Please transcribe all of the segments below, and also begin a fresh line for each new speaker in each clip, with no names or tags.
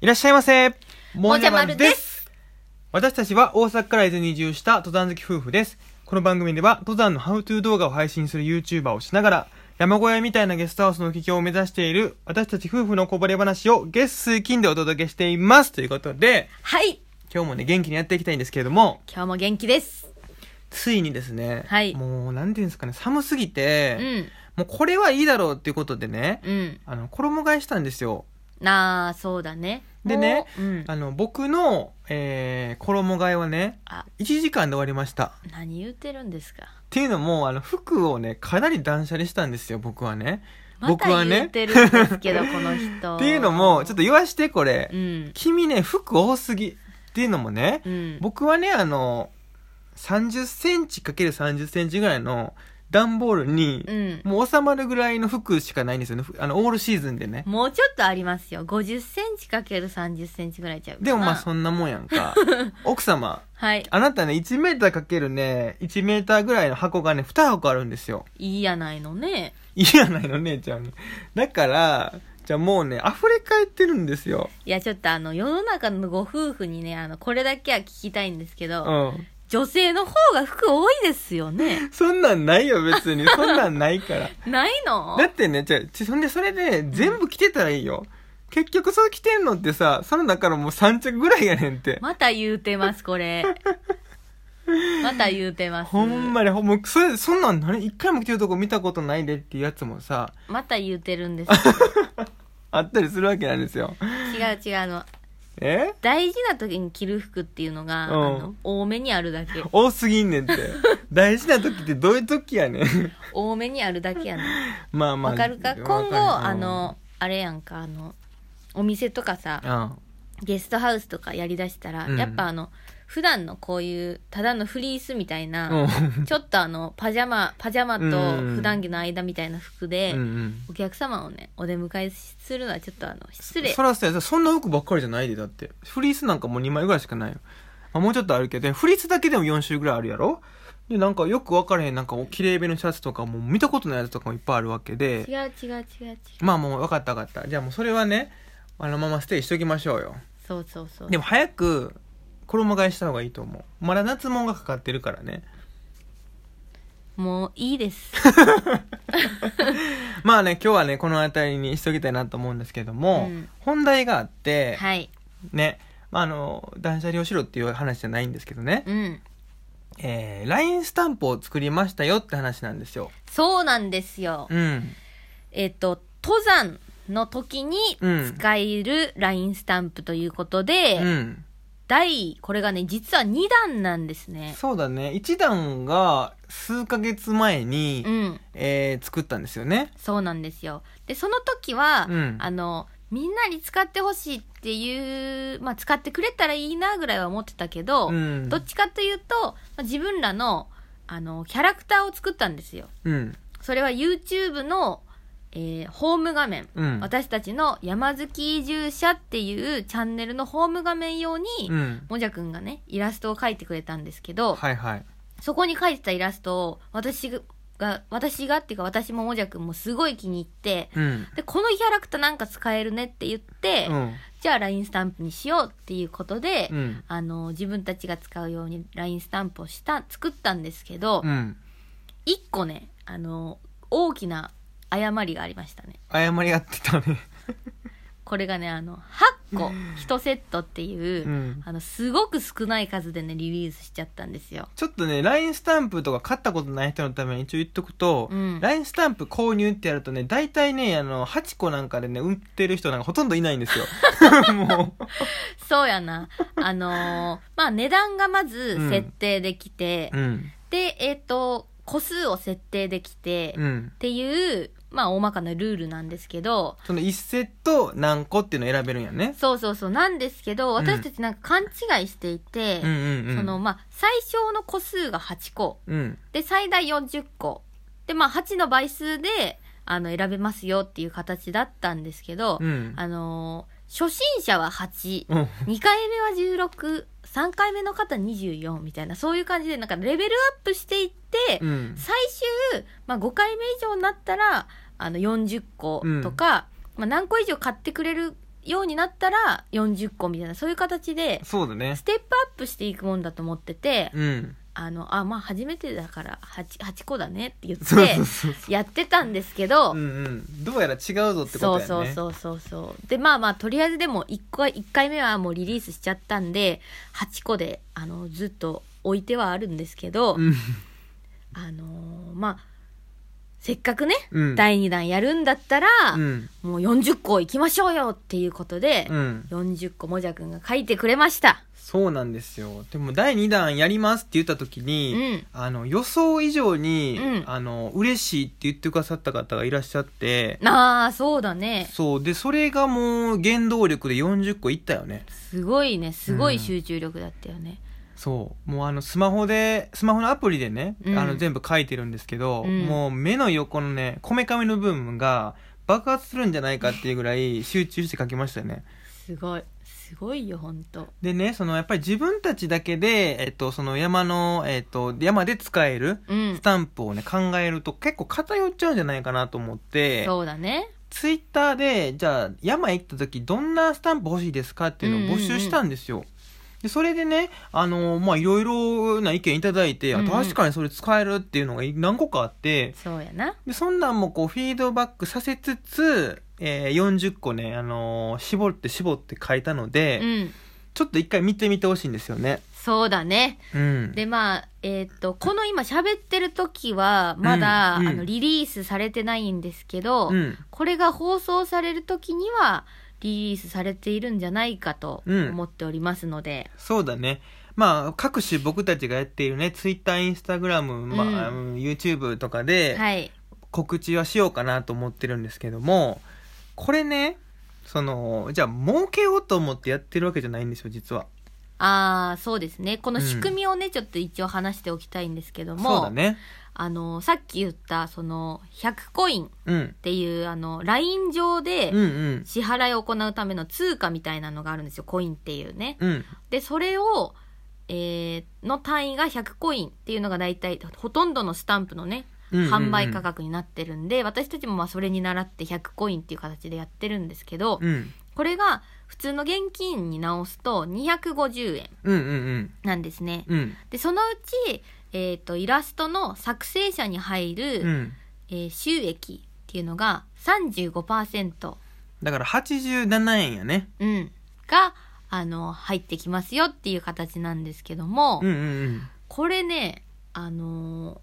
いらっしゃいませ
も
も
うじゃまるです。
私たちは大阪から伊豆に移住した登山好き夫婦です。この番組では登山のハウトゥー動画を配信する YouTuber をしながら、山小屋みたいなゲストハウスの起業を目指している私たち夫婦のこぼれ話を月水金でお届けしています。ということで、
はい。
今日もね、元気にやっていきたいんですけれども、
今日も元気です。
ついにですね、
はい
もう、なんていうんですかね、寒すぎ
う
て、
ん。
もうこれはいいだろうっていうことでね、
うん。
あの、衣替えしたんですよ。
なあ、そうだね。
でね
もううん。
あの、僕の、えー、衣替えはね、
あ、
1時間で終わりました。
何言ってるんですか。
っていうのも、あの、服をね、かなり断捨離したんですよ、僕はね。
ま
僕は
た
ね
言ってるんで すけど、この人。
っていうのも、ちょっと言わして、これ。
うん。
君ね、服多すぎ。っていうのもね、
うん。
僕はね、あの、30センチ ×30 センチぐらいの段ボールに
う、ん。
もう収まるぐらいの服しかないんですよね。ふあの、オールシーズンでね。
もうちょっとありますよ。50センチかける30センチぐらいちゃうかな。
でもまあ、そんなもんやん か。奥様、
はい。
あなたね、1メーターかけるね、1メーターぐらいの箱がね、2箱あるんですよ。
いいやないのね。
いいやないの、姉ちゃん。だから、じゃあもうね、溢れ返ってるんですよ。
いや、ちょっとあの、世の中のご夫婦にね、あの、これだけは聞きたいんですけ
う
ど、
ん。
女性の方が服多いですよね。
そんなんないよ、別 に。そんなんないから。
ないの
だってね、じゃあちそんで、それで、全部着てたらいいよ。結局、そう着てんのってさ、その中のもう3着ぐらいやねんって。
また言うてます、これ。また言うてます。
ほんまに、ほんま、それ、そんなん何一回も着てるとこ見たことないでっていうやつもさ、
また言うてるんですよ。
あったりするわけなんですよ。
違う違う、あの、
え
大事な時に着る服っていうのが、
うん
あの多めにあるだけ。
多すぎん ねんって。大事な時ってどういう時やねん。
多めにあるだけやね。
まあまあ。
わかるか今後、あ、の、あれやんか、あの、お店とかさ
う、ん。
ゲストハウスとかやりだしたら、
うん
やっぱあの、普段のこういう、ただのフリースみたいな、
うん。
ちょっとあの、パジャマ、パジャマと普段着の間みたいな服で、
うんうん
お客様をね、お出迎えするのはちょっとあの、失礼
そ。らそうやそんな服ばっかりじゃないでだってフリースなんかもう2枚ぐらいしかないよ、まあ、もうちょっとあるけどフリースだけでも4種類ぐらいあるやろでなんかよく分からへんなんかお綺麗めのシャツとかも見たことないやつとかもいっぱいあるわけ
違
で
う違う違う違う。
まあもう分かった分かったじゃあもうそれはねあのままステイしときましょうよ
そうそうそう。
でも早く衣替えした方がいいと思うまだ夏物がかかってるからね
もういいです。
まあね今日はねこの辺りにしときたいなと思うんですけども、
うん
本題があって、
はい。
ね、まあ、あの断捨離をしろっていう話じゃないんですけどね、
うん。
えー、LINE スタンプを作りましたよって話なんですよ。
そうなんですよ。
うん。
えっ、と、登山の時に
うん
使える LINE スタンプということで、
うん。
第、これがね、実は2弾なんですね。
そうだね。一段が数ヶ月前に、
うん。
えー、作ったんですよね。
そうなんですよ。で、その時は、
うん
あの、みんなに使ってほしいっていう、まあ、使ってくれたらいいなぐらいは思ってたけど、
うん。
どっちかというと、まあ、自分らの、あの、キャラクターを作ったんですよ。
うん。
それは YouTube の、えーホーム画面。
うん。
私たちの山好き移住者っていうチャンネルのホーム画面用に、
うん。
もじゃくんがね、イラストを描いてくれたんですけど、
はいはい。
そこに描いてたイラストを、私が、私がっていうか私ももじゃくんもすごい気に入って、
うん。
で、このキャラクターなんか使えるねって言って、
うん。
じゃあ LINE スタンプにしようっていうことで、
うん。
あの、自分たちが使うように LINE スタンプをした、作ったんですけど、
うん。
一個ね、あの、大きな誤りがありましたね。
謝り合ってたね。
これがね、あの、8個1セットっていう、
うん。
あの、すごく少ない数でね、リリースしちゃったんですよ。
ちょっとね、LINE スタンプとか買ったことない人のために一応言っとくと、
うん
LINE スタンプ購入ってやるとね、大体ね、あの、8個なんかでね、売ってる人なんかほとんどいないん ですよ。 もう。
そうやな。あのーまあ、値段がまず
うん
設定できて、
うん。
で、えっ、と、個数を設定できて、
う
っ
ん。
ていう、まあ、大まかなルールなんですけど、
その1セット何個っていうのを選べるんやね。
そうそうそう、なんですけど、私たちなんか勘違いしていて、
うんうんうん。
その、まあ、最小の個数が8個、
うん。
で、最大40個。で、まあ、8の倍数で、あの、選べますよっていう形だったんですけど、
うん。
あのー初心者は8、
うん。
2回目は16、3回目の方24みたいな、そういう感じで、なんかレベルアップしていって、
うん。
最終、まあ、5回目以上になったら、あの、40個とか、まあ、何個以上買ってくれるようになったら40個みたいな、そういう形で、
そうだね
ス。テップアップしていくもんだと思ってて、
うん。
あの、あ、まあ初めてだから8、8個だねって言っ
そうそう
て、
そう。
やってたんですけど、
うんうん。どうやら違うぞってこと
そう
やね。
そう
う。
そうそうそうでまあまあとりあえずでも1個一回目はもうリリースしちゃったんで8個であのずっと置いてはあるんですけど、
うん。
あのーまあせっかくね、
うん
第2弾やるんだったら、
うん。
もう40個いきましょうよっていうことで、
うん。
40個もじゃくんが書いてくれました
そうなんですよ。でも第2弾やりますって言った時
う
に、
ん
あの予想以上に、
うん
あの嬉しいって言ってくださった方がいらっしゃって、
ああそうだね
そうでそれがもう原動力で40個いったよね
すごいねすご
う
い
ん
集中力だったよね
そうもうあのスマホでスマホのアプリでね、
うん
あの全部書いてるんですけど、
うん
もう目の横のねこめかみの部分が爆発するんじゃないかっていうぐらい集中して書きましたよね
すごいすごいよほんと
でねそのやっぱり自分たちだけで、えっと、その山の、えっと、山で使える
うん
スタンプをね考えると結構偏っちゃうんじゃないかなと思って
そうだね
ツイッターで、じゃあ、山行った時、どんなスタンプ欲しいですかっていうのを募集したんですよ。でそれでね、あのまあ、いろいろな意見いただいて、あ
うんうん
確かにそれ使えるっていうのが何個かあって、
そうやな
で、そんなんもこう、フィードバックさせつつ、えー40個ね、あのー絞って絞って書いたので、
うん
ちょっと一回見てみてほしいんですよね。
そうだね。
うん。
で、まあ、えっ、と、この今喋ってる時は、まだ、
うんうん
あの、リリースされてないんですけど、
うん。
これが放送される時には、リリースされているんじゃないかと
うん
思っておりますので、
そうだね。まあ、各種僕たちがやっているね、ツイッター、インスタグラム、まあ、
う
うん YouTube とかで、
はい。
告知はしようかなと思ってるんですけどもこれねそのじゃあ儲けようと思ってやってるわけじゃないんですよ実は
ああ、そうですね。この仕組みをね、ちょっと一応話しておきたいんですけども、
そうだね
あの、さっき言った、その、100コインっ
うん
ていう、あの、LINE 上で
うんうん
支払いを行うための通貨みたいなのがあるんですよ、コインっていうね。
うん
でそれを、えーの単位が100コインっていうのが大体ほとんどのスタンプのね
うんうん
販売価格になってるんで、私たちもまあそれに倣って100コインっていう形でやってるんですけど、
うん
これが普通の現金に直すと250円
うんうん
なんですね。
うんうん
でそのうち、えー、とイラストの作成者に入る、
うん
えー収益っていうのが35%、
だから87円やね
うん、があの入ってきますよっていう形なんですけども。
うんうん
これねあのー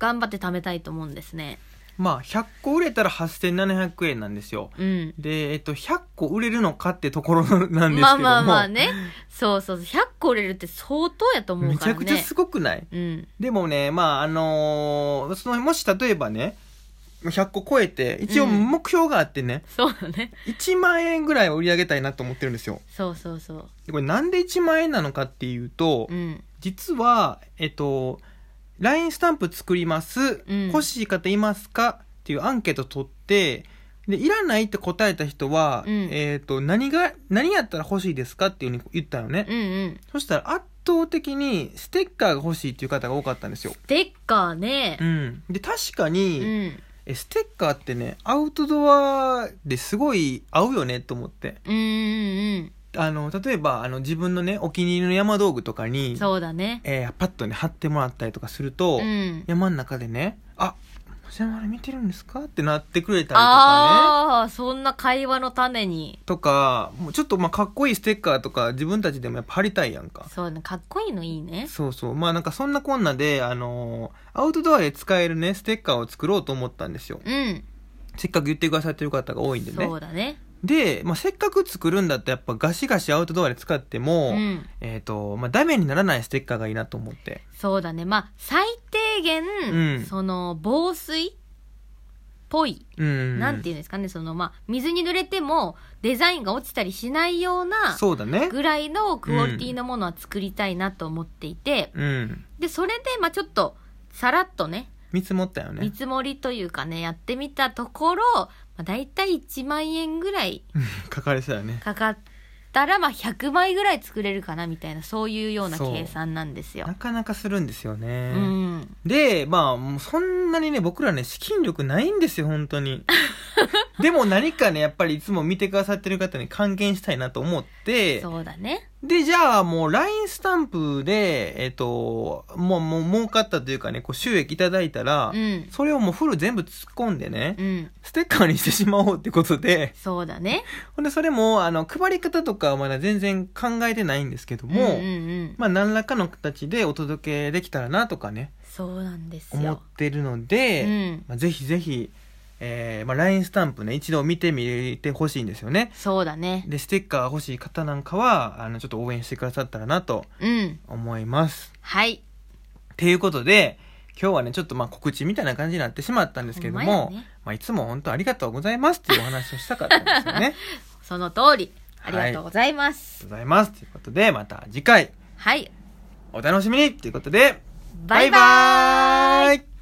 頑張って貯めたいと思うんですね
うんまあ100個売れたら8700円なんですよ
うん
でえっと100個売れるのかってところなんですけども
まあまあまあねそうそうそう100個売れるって相当やと思う
め
か
ち
ら
ゃ
ね
くちゃすごくない
うん
でもね、まあ、あのーその、もし例えばね、100個超えて、一応
うん
目標があってね、
そうだね
1万円ぐらいは売り上げたいなと思ってるんですよ。
そうそうそう
でこれなんで1万円なのかっていうと、
うん
実は、えっと、LINE スタンプ作ります、
うん
欲しい方いますかっていうアンケート取って、で、いらないって答えた人は、
うん
えっと、何が、何やったら欲しいですかっていうふうに言ったのね。
うんうん
そしたら圧倒的にステッカーが欲しいっていう方が多かったんですよ。
デッカーね
うん、で確か
う
に、
ん
えステッカーってねアウトドアですごい合うよねと思って
うんうん
あの例えばあの自分のねお気に入りの山道具とか
うん
に、
そうだね
えーパッとね貼ってもらったりとかすると、
うん
山の中でね「あ星山丸見てるんですか?」ってなってくれたりとかね
ああーそんな会話の種に
とかもうちょっとまあかっこいいステッカーとか自分たちでもやっぱ貼りたいやんか
そうねかっこいいのいいね
そうそうまあなんかそんなこんなであのーアウトドアで使えるねステッカーを作ろうと思ったんですよ
うん
せっかく言ってくださってる方が多いんでね
そうだね
で、まあ、せっかく作るんだったらやっぱガシガシアウトドアで使って
う
も、
ん
えっ、と、まあ、ダメにならないステッカーがいいなと思って
そうだね。まあ、最低限、
うん
その、防水っぽい。
うん
なんていうんですかね。その、まあ、水に濡れても、デザインが落ちたりしないような、
そうだね
ぐらいのクオリティのものは作りたいなと思っていて、
うん
で、それで、まあ、ちょっと、さらっとね、
見積もったよ
見
ね
積もりというかね、やってみたところ、まあ、だいたい1万円ぐらい
書かれてたよね
かかったら、まあ、100枚ぐらい作れるかな、みたいな、そういうような
そう
計算なんですよ
な。かなかするんですよね、
うん。
でまあもうそんなにね、僕らね、資金力ないんですよ、本当 に。でも何かね、やっぱりいつも見てくださってる方に還元したいなと思って、
そうだね。
で、じゃあもう LINE スタンプで、えっ、と、もう、もう儲かったというかね、こう収益いただいたら、
うん。
それをもうフル全部突っ込んでね、
うん。
ステッカーにしてしまおうってことで、
そうだね。
ほんでそれも、あの、配り方とかはまだ全然考えてないんですけども、
んうんうん。
まあ何らかの形でお届けできたらなとかね、
そうなんです
思っ
よ。
てるの
う
で、
ん。
まあ、ぜひぜひ、えーまあ、LINE スタンプね、一度見てみてほしいんですよね。
そうだね。
で、ステッカー欲しい方なんかは、あの、ちょっと応援してくださったらなと
うん。
思います。
はい。
っていうことで、今日はね、ちょっとまあ告知みたいな感じになってしまったんですけれど
ほんま
も、
やね
まあいつも本当ありがとうございますっていうお話をしたかったんですよね。ありが
その通り。ありがとうございま
と
す。
うございます。ということで、また次回
はい。
お楽しみにということで、
バイバーイ
バイバーイ